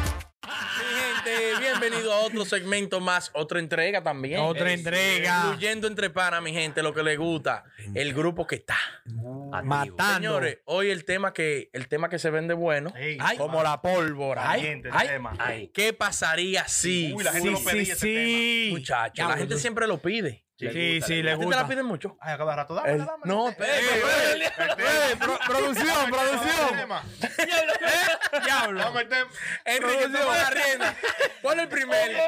Mi gente, bienvenido a otro segmento más, otra entrega también. Otra Eh, entrega. Fluyendo Entre Panas, mi gente, lo que le gusta, el grupo que está. Matando. Señores, hoy el tema que el tema que se vende bueno, Ey, ay, como la pólvora. Ay, Caliente el ay, tema. ay, ¿Qué pasaría si? Uy, la gente Sí, lo pedía sí, ese sí. Muchachos, la Diablo. gente siempre lo pide. Sí, sí, le ¿A ti te la gusta. piden mucho? Ay, a cada rato, El- dámela, dámela. no, espérate. Ey, pro- producción, producción. Dame Diablo. el tema. Enrique, toma la rienda. ¿Cuál es el primero?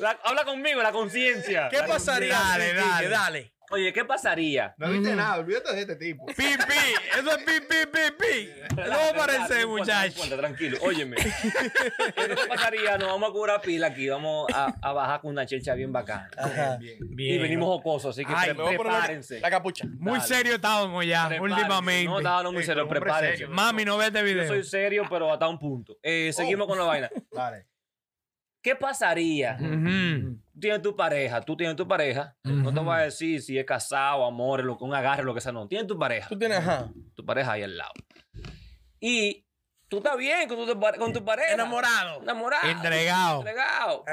La- habla conmigo, la conciencia. ¿Qué pasaría? Dale, si- dale. Quique? dale. Oye, ¿qué pasaría? No Mm. viste nada, olvídate de este tipo. Pi, pi. Eso es pi, pi, pi, pi. No va a aparecer, No importa, no muchacho. importa, Tranquilo, óyeme. Eh, ¿Qué pasaría? Nos vamos a cobrar pila aquí, vamos a, a bajar con una chelcha bien bacana. Y venimos jocosos, así que Ay, pre- no, pero prepárense. La capucha. Muy Dale. serio estábamos ya, Prepárense. últimamente. No, no, no, muy Sí, serio, como hombre prepárense. serio. Mami, no ve este Yo video. soy serio, pero hasta un punto. Eh, Oh. seguimos con la vaina. Dale. ¿Qué pasaría? Ujú. Tú tienes tu pareja, tú tienes tu pareja. No te voy a decir si es casado, amor, lo que un agarre, lo que sea, no. Tienes tu pareja. Tú tienes, ajá. tu pareja ahí al lado. Y tú estás bien con tu, con tu pareja. Enamorado. Enamorado. Entregado. Ah, Entregado.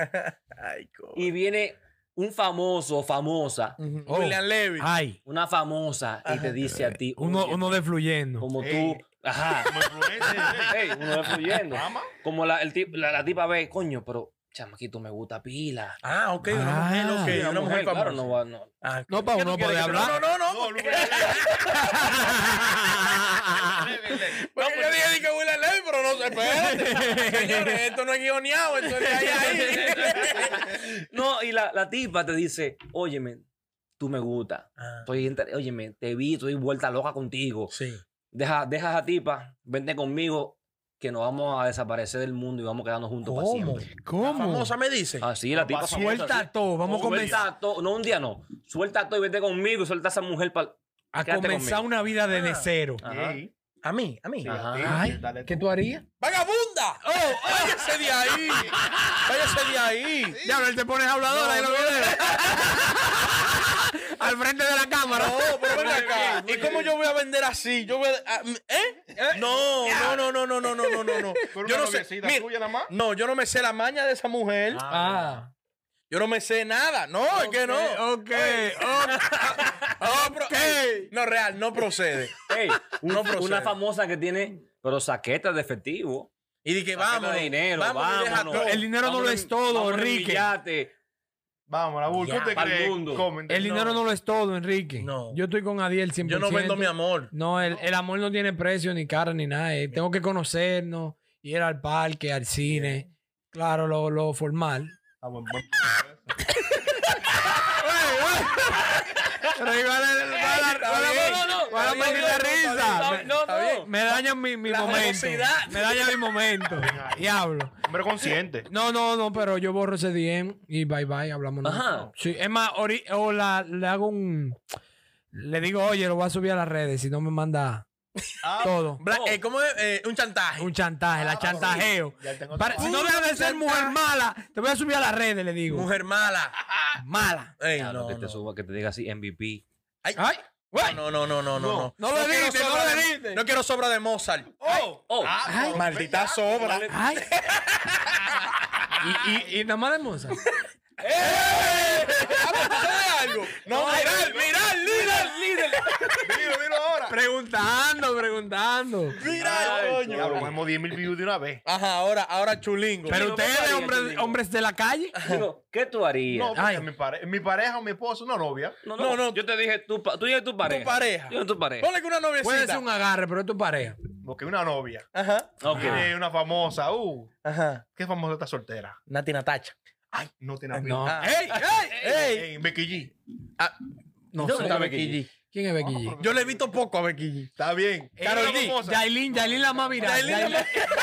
Ay, co- Y viene un famoso, famosa, Ujú. Oh. William Levy. Ay, una famosa, y te dice a ti, Eh, uno, oye, uno defluyendo. como Ey. tú, ajá, Como influencer. Ey, uno va fluyendo. Mama. Como la, el tip- la, la tipa ve, coño, pero chamaquito me gusta pila. Ah, ok, una Ah. mujer, ok, Sí, una, mujer, famosa. claro, no va- no. Ah, No, para ¿Qué tú uno quieres poder que te- hablar. no, no, no. No, porque- Lupe, Leve, leve. Porque Pues yo dije dije que William Levy, pero no sé, espérate. Señores, esto no es guioneado, esto es de ahí, ahí. No, y la, la tipa te dice, óyeme, tú me gusta. Ah, Estoy, inter- óyeme, te vi, estoy vuelta loca contigo. sí. Deja, deja a tipa, vente conmigo, que nos vamos a desaparecer del mundo y vamos a quedarnos juntos para siempre. La ¿Cómo? famosa me dice. Así, la tipa famosa, Suelta así. todo, vamos a comenzar. Suelta todo, no un día no. Suelta todo y vete conmigo y suelta a esa mujer para. A Quédate comenzar conmigo. una vida desde cero. Ajá. Ey, A mí, a mí. sí, a ti, Ay, dale ¿Qué tú harías? ¡Vagabunda! ¡Oh! ¡Váyase de ahí! ¡Váyase de ahí! Diablo, él te pones habladora y lo viene. Al frente de la cámara. No, pero ven acá. ¿Y cómo yo voy a vender así? Yo voy a- ah, mm, ¿Eh? No, no, no, no, no, no, no, no, no, no. Pero Yo una no sé. noviecita mira, tuya nada más. no, yo no me sé la maña de esa mujer. Ah. Yo no me sé nada. No, es que no. Ok, ok. No, pro- ok. no, real, no procede. Ey, un- No procede. una famosa que tiene, pero saqueta de efectivo. Y di que Saqueta vamos. de dinero, vamos. vámonos. El dinero no lo Vámonos es en- todo, vámonos en Enrique. yate. Vamos, la ¿qué Ya, usted pa'l cree? mundo. Comen. El dinero no lo es todo, Enrique. No. Yo estoy con Adiel 100%. Yo no vendo mi amor. No, el, el amor no tiene precio, ni cara, ni nada. Eh, Tengo que conocernos, ir al parque, al cine. Claro, lo, lo formal. Ah, buen- buen- Pero igual el- Está para- para- bien. para- para Está bien, perder la está risa. bien, Me- está bien. Me dañan mi, mi La momento. velocidad. Me dañan mi momento. Diablo. Hombre consciente. No, no, no, pero yo borro ese DM y bye bye, hablamos. ¿no? Ajá. Sí, es más, ori- o la, le hago un. Le digo, oye, lo voy a subir a las redes si no me manda todo. Oh. Bla- ah, eh, ¿Cómo es? Eh, un chantaje. Un chantaje, la chantajeo. Ya tengo Para- si no dejas de ser mujer mala, te voy a subir a las redes, le digo. Mujer mala. Mala. Ey, Claro, no, que te no. suba, que te diga así MVP. Ay, Ay, güey. Ah, No, no, no, no, no, no. No lo quiero edites, no sobra lo de- edites. No quiero sobra de Mozart. Ah, pues Oh, Oh, Ay, Maldita sobra. ay. Y, y, y nada más de Mozart. pues, ¿Sabes algo? No, mirar, mirar, líder, líder. mira, mira ahora. Preguntando, preguntando. Mirar, Ay, coño. Diablo, cogemos 10 mil views de una vez. Ajá, ahora, ahora chulingo. Pero Yo me ustedes, paría, yo hombres, digo. hombres de la calle. digo, ¿qué tú harías? No, porque Ay. mi, pare- mi pareja o mi esposo, no novia. No, No, no, no. Yo te dije, tu pa- tú y tu pareja. pareja. Yo y tu pareja. Ponle que una noviecita. Puede ser un agarre, pero es tu pareja. Porque una novia. Ajá, Ok. Tiene una famosa. Uh, ajá. qué famosa está soltera. Nati Natacha. Ay, no tiene apellido. No. Ah. ¡Ey! ¡Ey! Ey, Ey, Becky G. No ¿dónde sé. está Becky G? ¿Quién es Becky G? Yo le he visto poco a Becky G. Está bien. Carol Ella es G. famosa. Yailin, Yailin la más viral. Yailin la Yailin-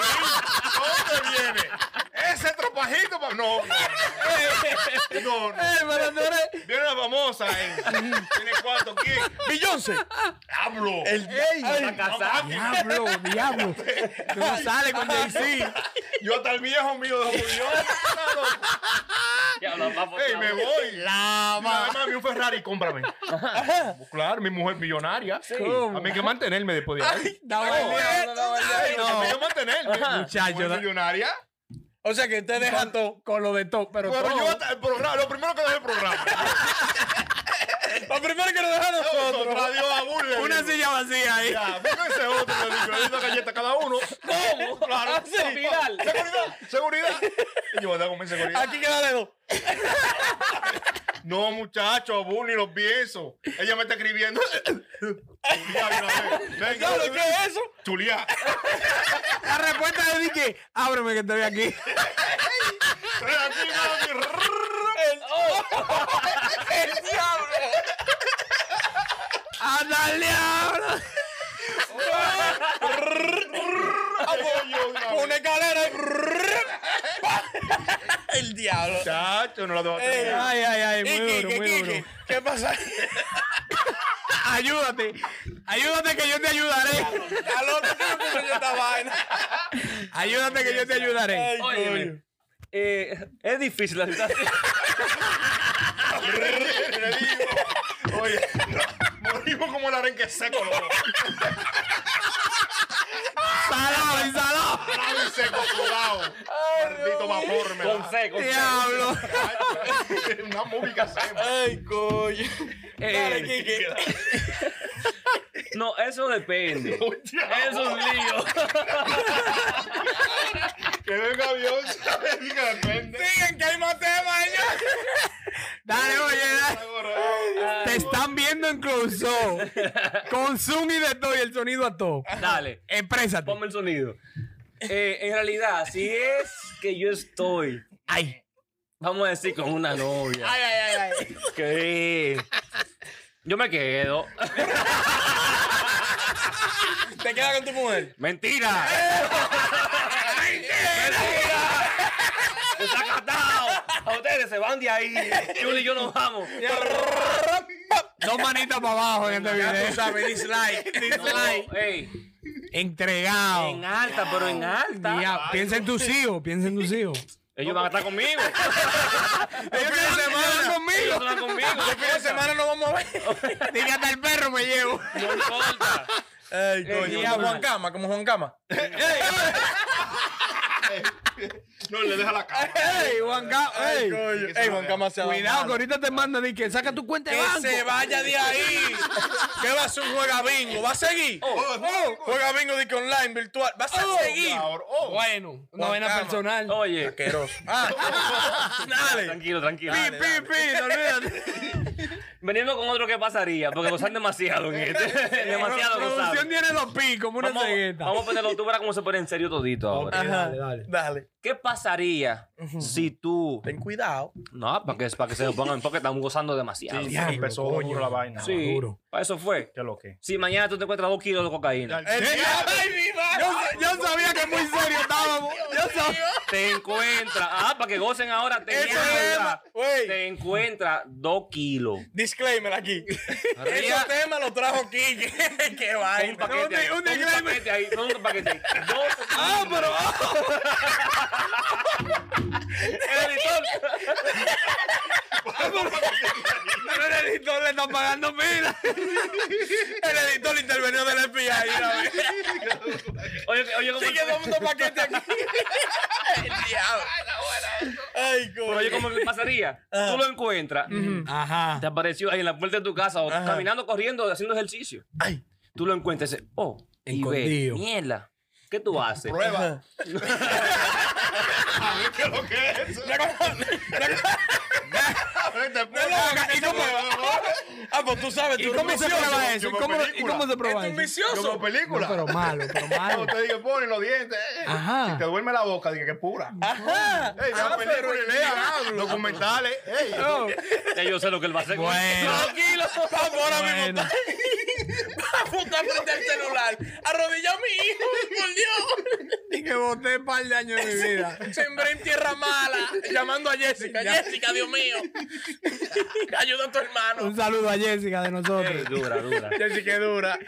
más- ¿Dónde viene? Ese tropajito. pa- No, no, no. No, no. Eh, pero tú eres- Viene la famosa, eh. Tiene cuánto, ¿quién? Beyoncé. Hablo. El, Está casado. Diablo, diablo. Tú no sales con Jay-Z. Yo hasta el viejo mío de Dios. Ya lo vamos, Ey, me vamos. voy. la Mira, ma- mami, un Ferrari, cómprame. claro, mi mujer millonaria. A mí hay que mantenerme después de ahí. Da Ay, bailea. no, no, Ay, no. no. Hay que mantenerme. Muchacho, Mujer da- millonaria. O sea que usted deja todo. Con lo de todo, pero Pero todo. yo hasta el programa, lo primero que dejé el programa. Lo primero que nos deja a nosotros. Nosotros, adiós a burla. Una silla vacía ahí. Ya, pónganse otro, le digo, hay una galleta cada uno. ¿Cómo? Claro. Ah, sí. Vidal. Seguridad, seguridad. Y yo voy a andar con mi seguridad. Aquí queda dedo. No, muchacho, Abu, ni los pienso. Ella me está escribiendo. Chuliá, de una vez. Venga, Diablo, ¿Qué es eso? chuliá. La respuesta es de que ábreme que estoy aquí. Ven aquí, ven aquí. Oh. ¡Ándale, ahora! Ay, yo, una Con vez. una escalera. y brrrr. El diablo. Muchacho, no la dejo terminar. Eh, Ay, ay, ay, muy Iki, duro, ¿qué, muy Kiki? duro. ¿Qué pasa? Ayúdate. Ayúdate que yo te ayudaré. Al otro que me puso yo esta vaina. Ayúdate que yo te ayudaré. Ay, Óyeme, coño. eh, es difícil la situación. Le digo. Oye, morimos como el arenque seco, loco. ¡Saló, ensaló! Nadie seco curado. Maldito vapor, me da. Consejo. ¡Diablo! Ay, Una música seca. Ay, coño. Dale, Eh, Kiki. no, eso depende. Eso es Eso. un lío. Que venga Dios. Diga, depende. Digan que hay más temas, señor. Dale, oye, dale. Ay, Te están viendo en close Con zoom y de todo y el sonido a todo. Dale. Exprésate. Ponme el sonido. Eh, en realidad, si es que yo estoy, Ay. vamos a decir, con una novia, Ay, ay, ay, ay. que yo me quedo. ¿Te quedas con tu mujer? ¡Mentira! ¡Mentira! ¡Desacatado! A ustedes se van de ahí. Julio y yo nos vamos. Dos manitas para abajo en este Ya tú video. sabes, dislike, dislike. No, ey, en Entregado. alta, pero en alta. Ya, piensa en tus hijos, piensa en tus hijos. Ellos van a estar conmigo. Ellos se van Ellos conmigo. están conmigo. No Fin de importa. semana no vamos a ver. Dile hasta el perro me llevo. No importa. Ay, coño. diablo. Como Juan Cama, como Juan Cama. No, le deja la cara. ¡Ey, Juan Ca- Ay, ey. coño. Ey, Juan Cama se va. Cuidado, que ahorita te mandan y que saca tu cuenta de Que banco. se vaya de ahí. ¿Qué va a hacer un juega bingo? ¿Va a seguir? Oh, juega bingo de que online, virtual. ¿Vas a seguir? Ahora, oh. Bueno, una Juan vaina Cama. personal. Oye, Asqueroso. Ah, dale. tranquilo, tranquilo. pi, pi, pi, no olvídate. Venimos con otro que pasaría, porque gozan demasiado en este. demasiado La producción gozan. tiene los picos, como una Vamos, cegueta. vamos a ponerlo tú verás cómo se pone en serio todito ahora. Ajá. dale. Dale. ¿Qué pasaría si tú. Ten cuidado. No, para que, para que se lo pongan, porque estamos gozando demasiado. Sí, Diablo, empezó coño. duro la vaina. duro. para eso fue. ¿Qué lo que? Si mañana tú te encuentras dos kilos de cocaína, ¡Ay, mi madre! Yo, yo sabía que muy serio estábamos. Yo sabía. te encuentras. Ah, para que gocen ahora, te Eso es encuentras. Güey. Te encuentras dos kilos. Disclaimer aquí. Ría- Ese tema lo trajo Kiki. Qué un vaina. paquete ahí. un Un disclaimer. paquete ahí. no, Un paquete ahí. Dos. Ah, pero. El editor. Pero el editor le están pagando mira. El editor intervenió del FBI una vez. Oye, oye, como Sí que vamos a un paquete aquí. El diablo. Ay, Pero oye, Ah. coño. ¿cómo le pasaría? Tú lo encuentras, Ajá. te apareció ahí en la puerta de tu casa o Ajá. caminando, corriendo, haciendo ejercicio. Ay. Tú lo encuentras y dices, oh, y ve, Escondido. mierda, ¿qué tú haces? Prueba. A ver, ¿qué lo que es? A ver, te prueba. loca, ¿y cómo? Ah, pues tú sabes, ¿Y tú cómo eres se vicioso. prueba eso? ¿Y como cómo, y película. cómo se Es prueba un eso? vicioso. Como película. No, pero malo, pero malo. Como te digo, ponen los dientes. eh. Ajá. Si te duerme la boca, dije que es pura. Ajá. Ey, vea Ah, pues, película pero- y lea algo. diablo. Documentales. ey. No. Ya yo sé lo que él va a hacer. Bueno. Tranquilo, vamos ahora mismo. Bueno. está- Vamos está frente al celular. Arrodilló a mi hijo, por Dios. Y que boté un par de años de mi vida. Sembré en tierra mala. Llamando a Jessica. Ya. Jessica, Dios mío. Ayuda a tu hermano. Un saludo a Jessica de nosotros. Dura, dura. Jessica es dura.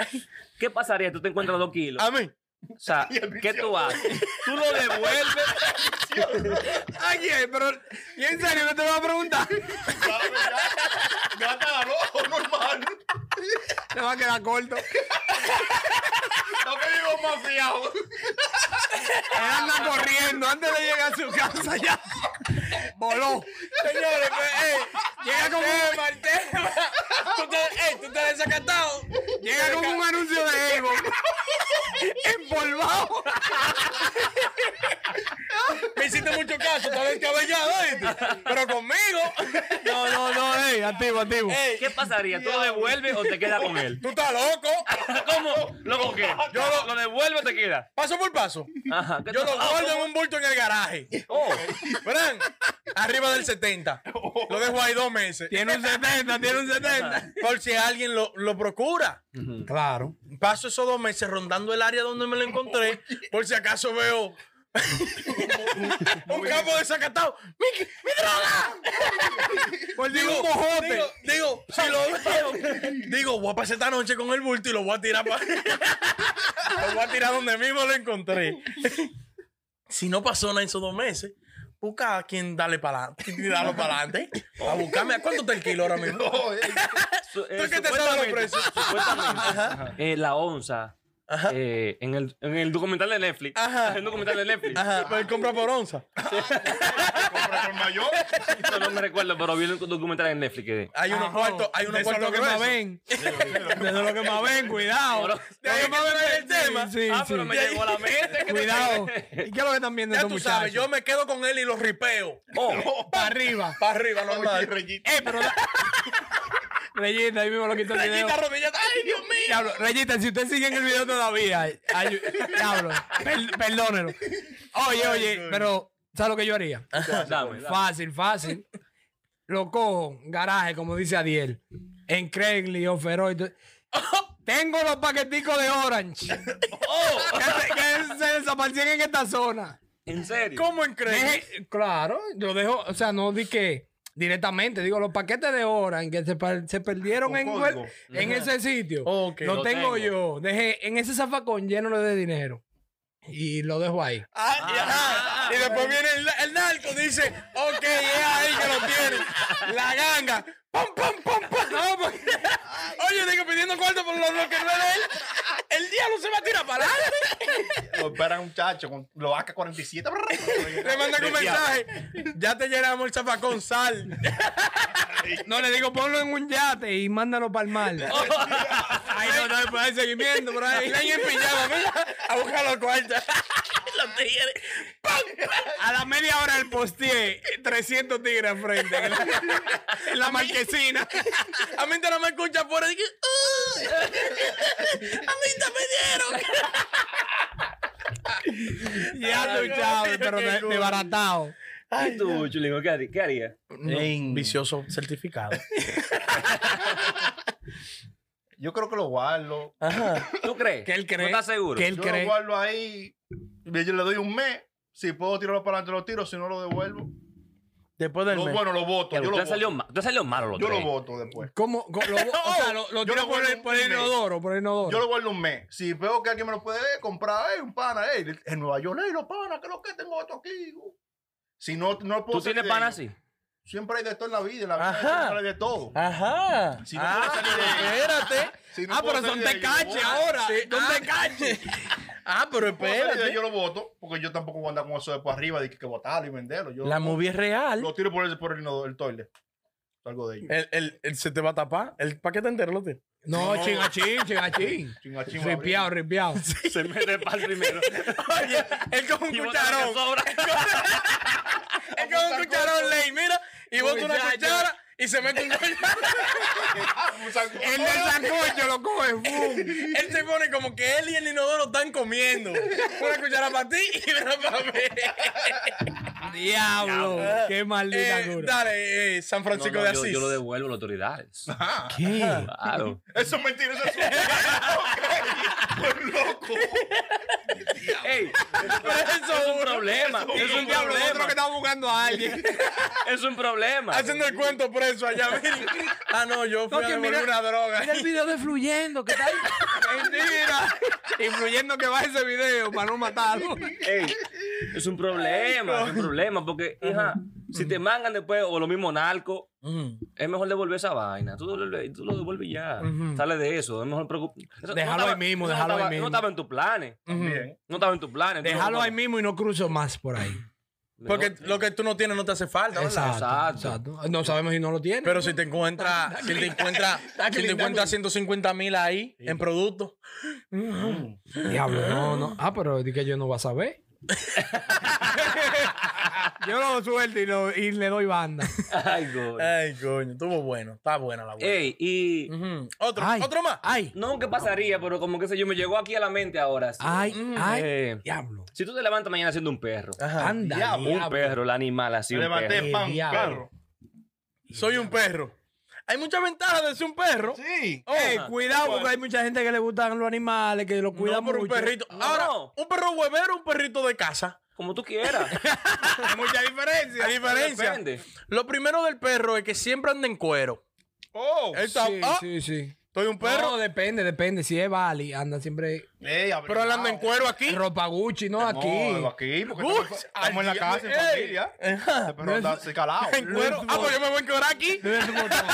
¿Qué pasaría? Tú te encuentras dos kilos. A mí. O sea, ¿qué tú haces? Tú lo devuelves. Ay, eh, pero. ¿Y en serio que te vas a preguntar? Claro, ya. Gátalo, normal. Te va a quedar corto. No que digo más fiado. Él anda corriendo antes de llegar a su casa ya. Voló. Señores, pues, ey, llega con un martelo. Tú te, ey, tú te has desacatado. Llega con un anuncio de Evo. Empolvado. Me hiciste mucho caso, estás descabellado, ¿oíste? Pero conmigo. No, no, no, ey, activo, activo. Ey, ¿Qué pasaría? ¿Tú lo devuelves o te quedas con él? tú estás loco. ¿Cómo? ¿Loco qué? Yo lo, lo devuelvo o te quedas. Paso por paso. Ajá. ¿qué Yo tú- lo ah, guardo en ¿cómo? un bulto en el garaje. Oh, Fran, arriba del 70. Lo dejo ahí dos meses. Tiene un 70, tiene un 70. Por si alguien lo, lo procura. Claro. Paso esos dos meses rondando el área donde me lo encontré. Por si acaso veo un campo desacatado. ¡Mi, mi droga! Pues digo, un mojote. digo, digo, si lo veo, digo, voy a pasar esta noche con el bulto y lo voy a tirar para. lo voy a tirar donde mismo lo encontré. si no pasó nada en esos dos meses, busca a quien dale para adelante. Dale para adelante. A buscarme. ¿A cuánto está el kilo ahora mismo? No, ey. su- eh, ¿Tú qué te sabes los supuestamente- precios? Supuestamente, eh, la onza. Ajá. eh, en, el, en el documental de Netflix. Ajá. En el documental de Netflix. Ajá, pues él compra por onza. Compra por mayor. No, no me recuerdo, pero vi un documental en Netflix. que de- Hay unos Ajá. cuartos, hay unos Eso es cuartos lo que más ven. Eso es lo que más ven, cuidado. Ahora- De ahí que trae el tema. Sí, ah, sí. pero me llegó a la mente. que- Cuidado. ¿Y qué es lo que están viendo Ya estos tú sabes, muchachos? yo me quedo con él y lo ripeo. Oh, Para arriba. Para arriba, Oye, normal. Reyito. Eh, pero... da- Reyita, ahí mismo lo quito el video. Rayita, rodillata. ¡Ay, Dios mío! Diablo, Reyita, si usted sigue en el video todavía, ay, diablo, per- perdónelo. Oye, oye, pero ¿sabes lo que yo haría? dame, dame. Fácil, fácil. Lo cojo, garaje, como dice Adiel, en Craigslist o Feroz. y todo. Tengo los paqueticos de Orange que, se, que se desaparecían en esta zona. ¿En serio? ¿Cómo increíble? Deje- claro, yo dejo, o sea, no di que directamente, digo, los paquetes de Orange que se, per- se perdieron Con en, código. el- en ese sitio. Ok. lo Lo tengo, tengo. yo. Dejé en ese zafacón lleno de dinero. Y lo dejo ahí. Ah, y, ajá. Y después viene el, el narco, dice, ok, es ahí que lo tiene. La ganga. ¡Pum, pum, pum, pum! No, porque- Oye, digo, pidiendo cuarto por los que no era él. El diablo se va a tirar para adelante. Lo espera un chacho con los AK-47. Le mandan un mensaje. Ya te llenamos el zapacón, sal. No, le digo, ponlo en un yate y mándalo para el mar. ahí no, no, por ahí seguimiento, por ahí. Ven en pijama, mira, a buscar los cuartos. los tigres. ¡Pum! A la media hora el postier, 300 tigres frente. En la, en la marquesina. A mí te no me escucha por ahí. que, "Uy, A mí te me dieron. Ah, Ya tú, chavo, pero de- desbaratado. ¿Y tú, Chulingo, qué harías? ¿Qué harías? Vicioso certificado. Yo creo que lo guardo. ¿Tú crees? Que él cree ¿No estás seguro? que él Yo cree. lo guardo ahí. y Yo le doy un mes. Si puedo tirarlo para adelante, lo tiro. Si no, lo devuelvo. Después del Lo, mes. bueno, lo voto. Ya, Yo lo usted voto. salió ma- usted salió malo los Yo lo tres. voto después. ¿Cómo? Co- Lo, o sea, lo, lo Yo tiro lo por guardo el, un por el mes. inodoro, por el inodoro. Yo lo guardo un mes. Si veo que alguien me lo puede comprar, eh, un pana, eh, en Nueva York, eh, los panas, que lo que tengo otro aquí. Si no, no lo puedo ¿Tú tienes salir de pan ahí. así? Siempre hay de todo en la vida. En la vida Ajá. siempre hay de todo. Ajá. Si no Ah, puedo salir de- espérate. Si no ah, puedo pero son salir de ahí, yo lo tecache voto. ahora. Sí, Son ah. tecache. Ah, pero Puedo salir de ahí, espérate. Yo lo voto, porque yo tampoco voy a andar con eso después arriba de que, que botarlo y venderlo. Yo La movie es real. lo tiro por el, por el, inodoro, el toilet. Salgo de ahí. El, el, el- se te va a tapar. El paquete entero lo tiene. No, chingachín, chingachín. Chinga, chinga, Ripiado, ripiado. Se mete pan primero. Oye, él con un Y bota lo que cucharón. sobra. Él con un cucharón ley, mira. Y bota una Muchacho. cuchara y se mete un Ah, abrir. El del sancocho lo coge. ¡fum! Él se pone como que él y el inodoro están comiendo. Una cuchara para ti y una para mí. Diablo. Qué maldita Eh, cura. dale, eh, San Francisco No, no, de yo, Asís. yo lo devuelvo a las autoridades. Ajá. ¿Qué? Claro. Eso es mentira, eso es un loco. Ey, eso es un problema. Es Diablo, otro un que problema. está buscando a alguien. Es un problema. Haciendo el cuento preso allá, miren. Ah, no, yo fui No, a que devolver mira- una droga. Mira el video de Fluyendo, ¿qué tal? Mentira. Influyendo que va ese video para no matarlo. Ey, es un problema. Es un problema. Porque, hija, si te mangan después, o lo mismo narco, Mm. es mejor devolver esa vaina. Tú, lo- tú lo devuelves y ya. Sale de eso. Es mejor preocup- eso- Déjalo estaba- ahí mismo, eso déjalo ahí estaba- mismo. No estaba en tus planes. Bien. No estaba en tus planes. Déjalo ahí mismo. mismo y no cruzo más por ahí. Porque lo que tú no tienes no te hace falta, ¿verdad? Exacto, eh. Exacto. exacto. No sabemos si no lo tiene. Pero si te encuentras, si te encuentras, si te encuentras 150 mil ahí en productos, Diablo, no, no. Ah, pero es que yo no voy a saber. yo lo suelto y, lo- y le doy banda. Ay, güey. Ay, Eh, coño, estuvo bueno, está buena la buena. Ey, y. Ujú. Otro, Ay, otro más. Ay, No, ¿qué pasaría? Pero como que sé yo, me llegó aquí a la mente ahora. sí. ay, ay. Eh, Diablo. si tú te levantas mañana siendo un perro. Anda, Ah, diablo. un perro, el animal, así Me un perro. levanté pan, Diablo. perro. Soy un perro. Hay muchas ventajas de ser un perro. Sí. Ey, cuidado, porque hay mucha gente que le gustan los animales, que los cuida Cuidado por un mucho. perrito. No. Ahora, un perro huevero, un perrito de casa. Como tú quieras. Hay mucha diferencia. Hay diferencia. Depende. Lo primero del perro es que siempre anda en cuero. Oh. Él está, Sí, ah, sí, sí. estoy un perro, No, depende, depende. Si es Bali, anda siempre Ey, pero él anda en cuero aquí. ropa Gucci, no aquí. No, aquí, porque Uy, estamos, estamos en la ay, casa, en Dios, ey. familia. Este perro está así calado. En cuero. Ah, pues yo me voy a encuerar aquí. No es ropa.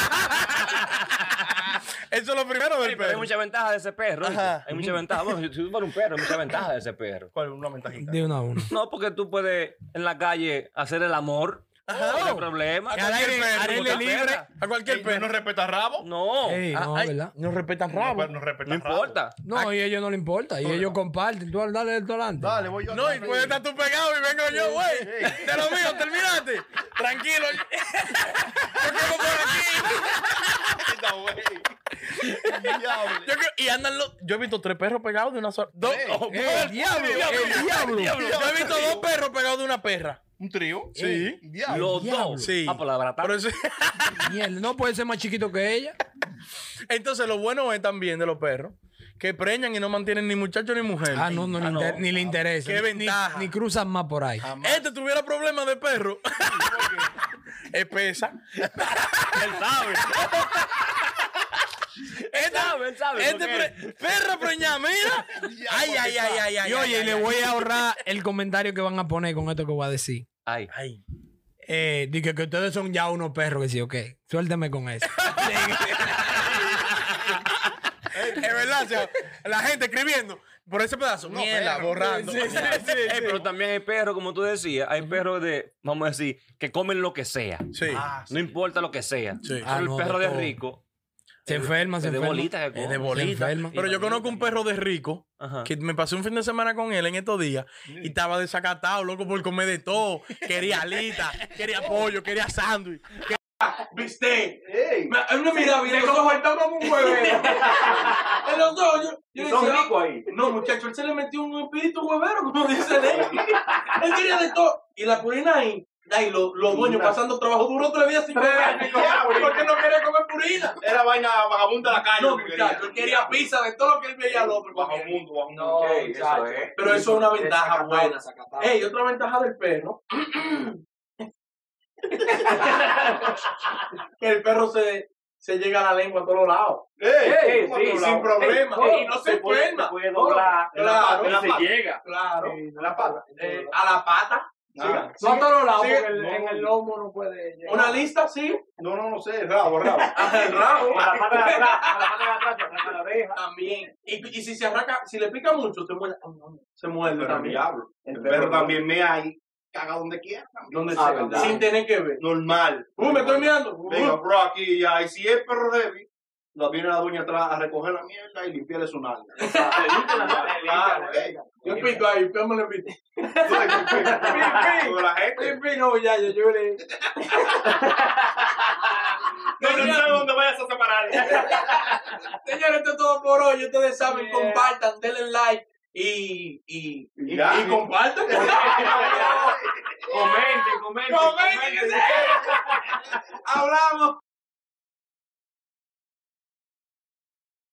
Eso es lo primero Sí, del pero hay perro. mucha ventaja de ese perro. ¿oíste? Ajá. Hay mucha ventaja. Bueno, si tú fueras un perro, hay mucha ventaja de ese perro. ¿Cuál es una ventajita? De una a una. No, porque tú puedes en la calle hacer el amor. No hay problema. Y al Cualquier aire- perro, al aire cualquier libre. perra. A cualquier El perro no perro. respeta rabo. No, Ey, no, ah, ay, ¿verdad? No pues, respetan No, no respeta no rabo. importa. No, y a ellos no le importa. Y ellos comparten. Tú dale el adelante. Dale, voy yo. No, y puede estar tú pegado y vengo yo, güey. Te lo mío, terminaste. Tranquilo. Yo quedo por aquí. Mierda, güey. Diablo. Yo quedo- Y andan los. Yo he visto tres perros pegados de una sola. Dos. Ey, oh, ey, por- diablo, ey, diablo. Yo he visto dos perros pegados de una perra. ¿Un trío? Sí. Diablo. Los diablo. dos. Sí. pues Ah, por la barata. Por eso- Mierda, no puede ser más chiquito que ella. Entonces, lo bueno es también de los perros que preñan y no mantienen ni muchacho ni mujer. Ah, no, no, Ah, le inter- no. ni le interesa. Qué Ni- ventaja. Ni, cruzan más por ahí. Este tuviera problemas de perro. es pesa. Él sabe. él sabe, él sabe. Este porque- pre- perro preñada, mira. Ay, ay, ay, ay, ay. Y oye, ay, le ay, voy a ahorrar el comentario que van a poner con esto que voy a decir. Ay. ay. Eh, dije que ustedes son ya unos perros que sí, ok. Suéltame con eso. Es verdad, o sea, la gente escribiendo por ese pedazo. Mierda, perro. borrando. Eh, Ey, pero también hay perros, como tú decías, hay perros de, vamos a decir, que comen lo que sea. Sí. Ah, No importa lo que sea. Sí. Pero Ah, el no, de perro de, todo. rico, Se enferma, se es de enferma. bolita que Es come. de bolita. enferma. Pero yo conozco un perro de rico Ajá. que me pasé un fin de semana con él en estos días y estaba desacatado, loco, por comer de todo. Quería alita, quería pollo, quería sándwich. ¿Viste? Hay una mirada, mira, los ojos están como un huevero. en los dos, yo, yo le decía, ahí. No, muchacho, él se le metió un espíritu huevero, como dice él. él quería de todo. Y la purina ahí, ahí los, los dueños pasando trabajo duro tres días sin comer. ¿Por qué no quería comer purina? Era vaina vagabunda de la calle. No, lo que quería. muchacho, él quería pizza de todo lo que él veía al otro. Bajo comía. mundo, bajo mundo. No, muchacho. Pero eso es una ventaja buena. Ey, otra ventaja del perro. que el perro se, se llega a la lengua a todos lados. Ey, sí, ¿cómo que sin hablamos? problema. Ey, y no se enferma. claro, En la pata. llega. Claro. la pata. Eh, a la pata. Ah. no a todos lados, Sí, porque el- no. en el lomo no puede llegar. Una lista, sí. No, no, no sé, rabo, rabo. Ah, El rabo. A la parte de atrás, a la parte de atrás, a la oreja. También. Y, y si se arranca, si le pica mucho, te muerde. Se muerde Pero también. diablo. El perro también me ahí. Caga donde quiera. también. Donde Ah, sea, verdad. Sin tener que ver. Normal. Uh, me estoy mirando. Uh, Venga, bro, aquí ya. Y si es perro débil, la viene la dueña atrás a recoger la mierda y limpiarle su nalga. O sea, claro, ey. Uh, yo pico ahí, pero me lo pito. Toda la gente. En fin, no, ya, yo lloré. No, no sé dónde vayas a separar. Señores, esto es todo por hoy. Ustedes saben, compartan, denle like. y, y, y, Ya. y compartan. Comenten, comenten. Comenten, que comenten. se- Hablamos.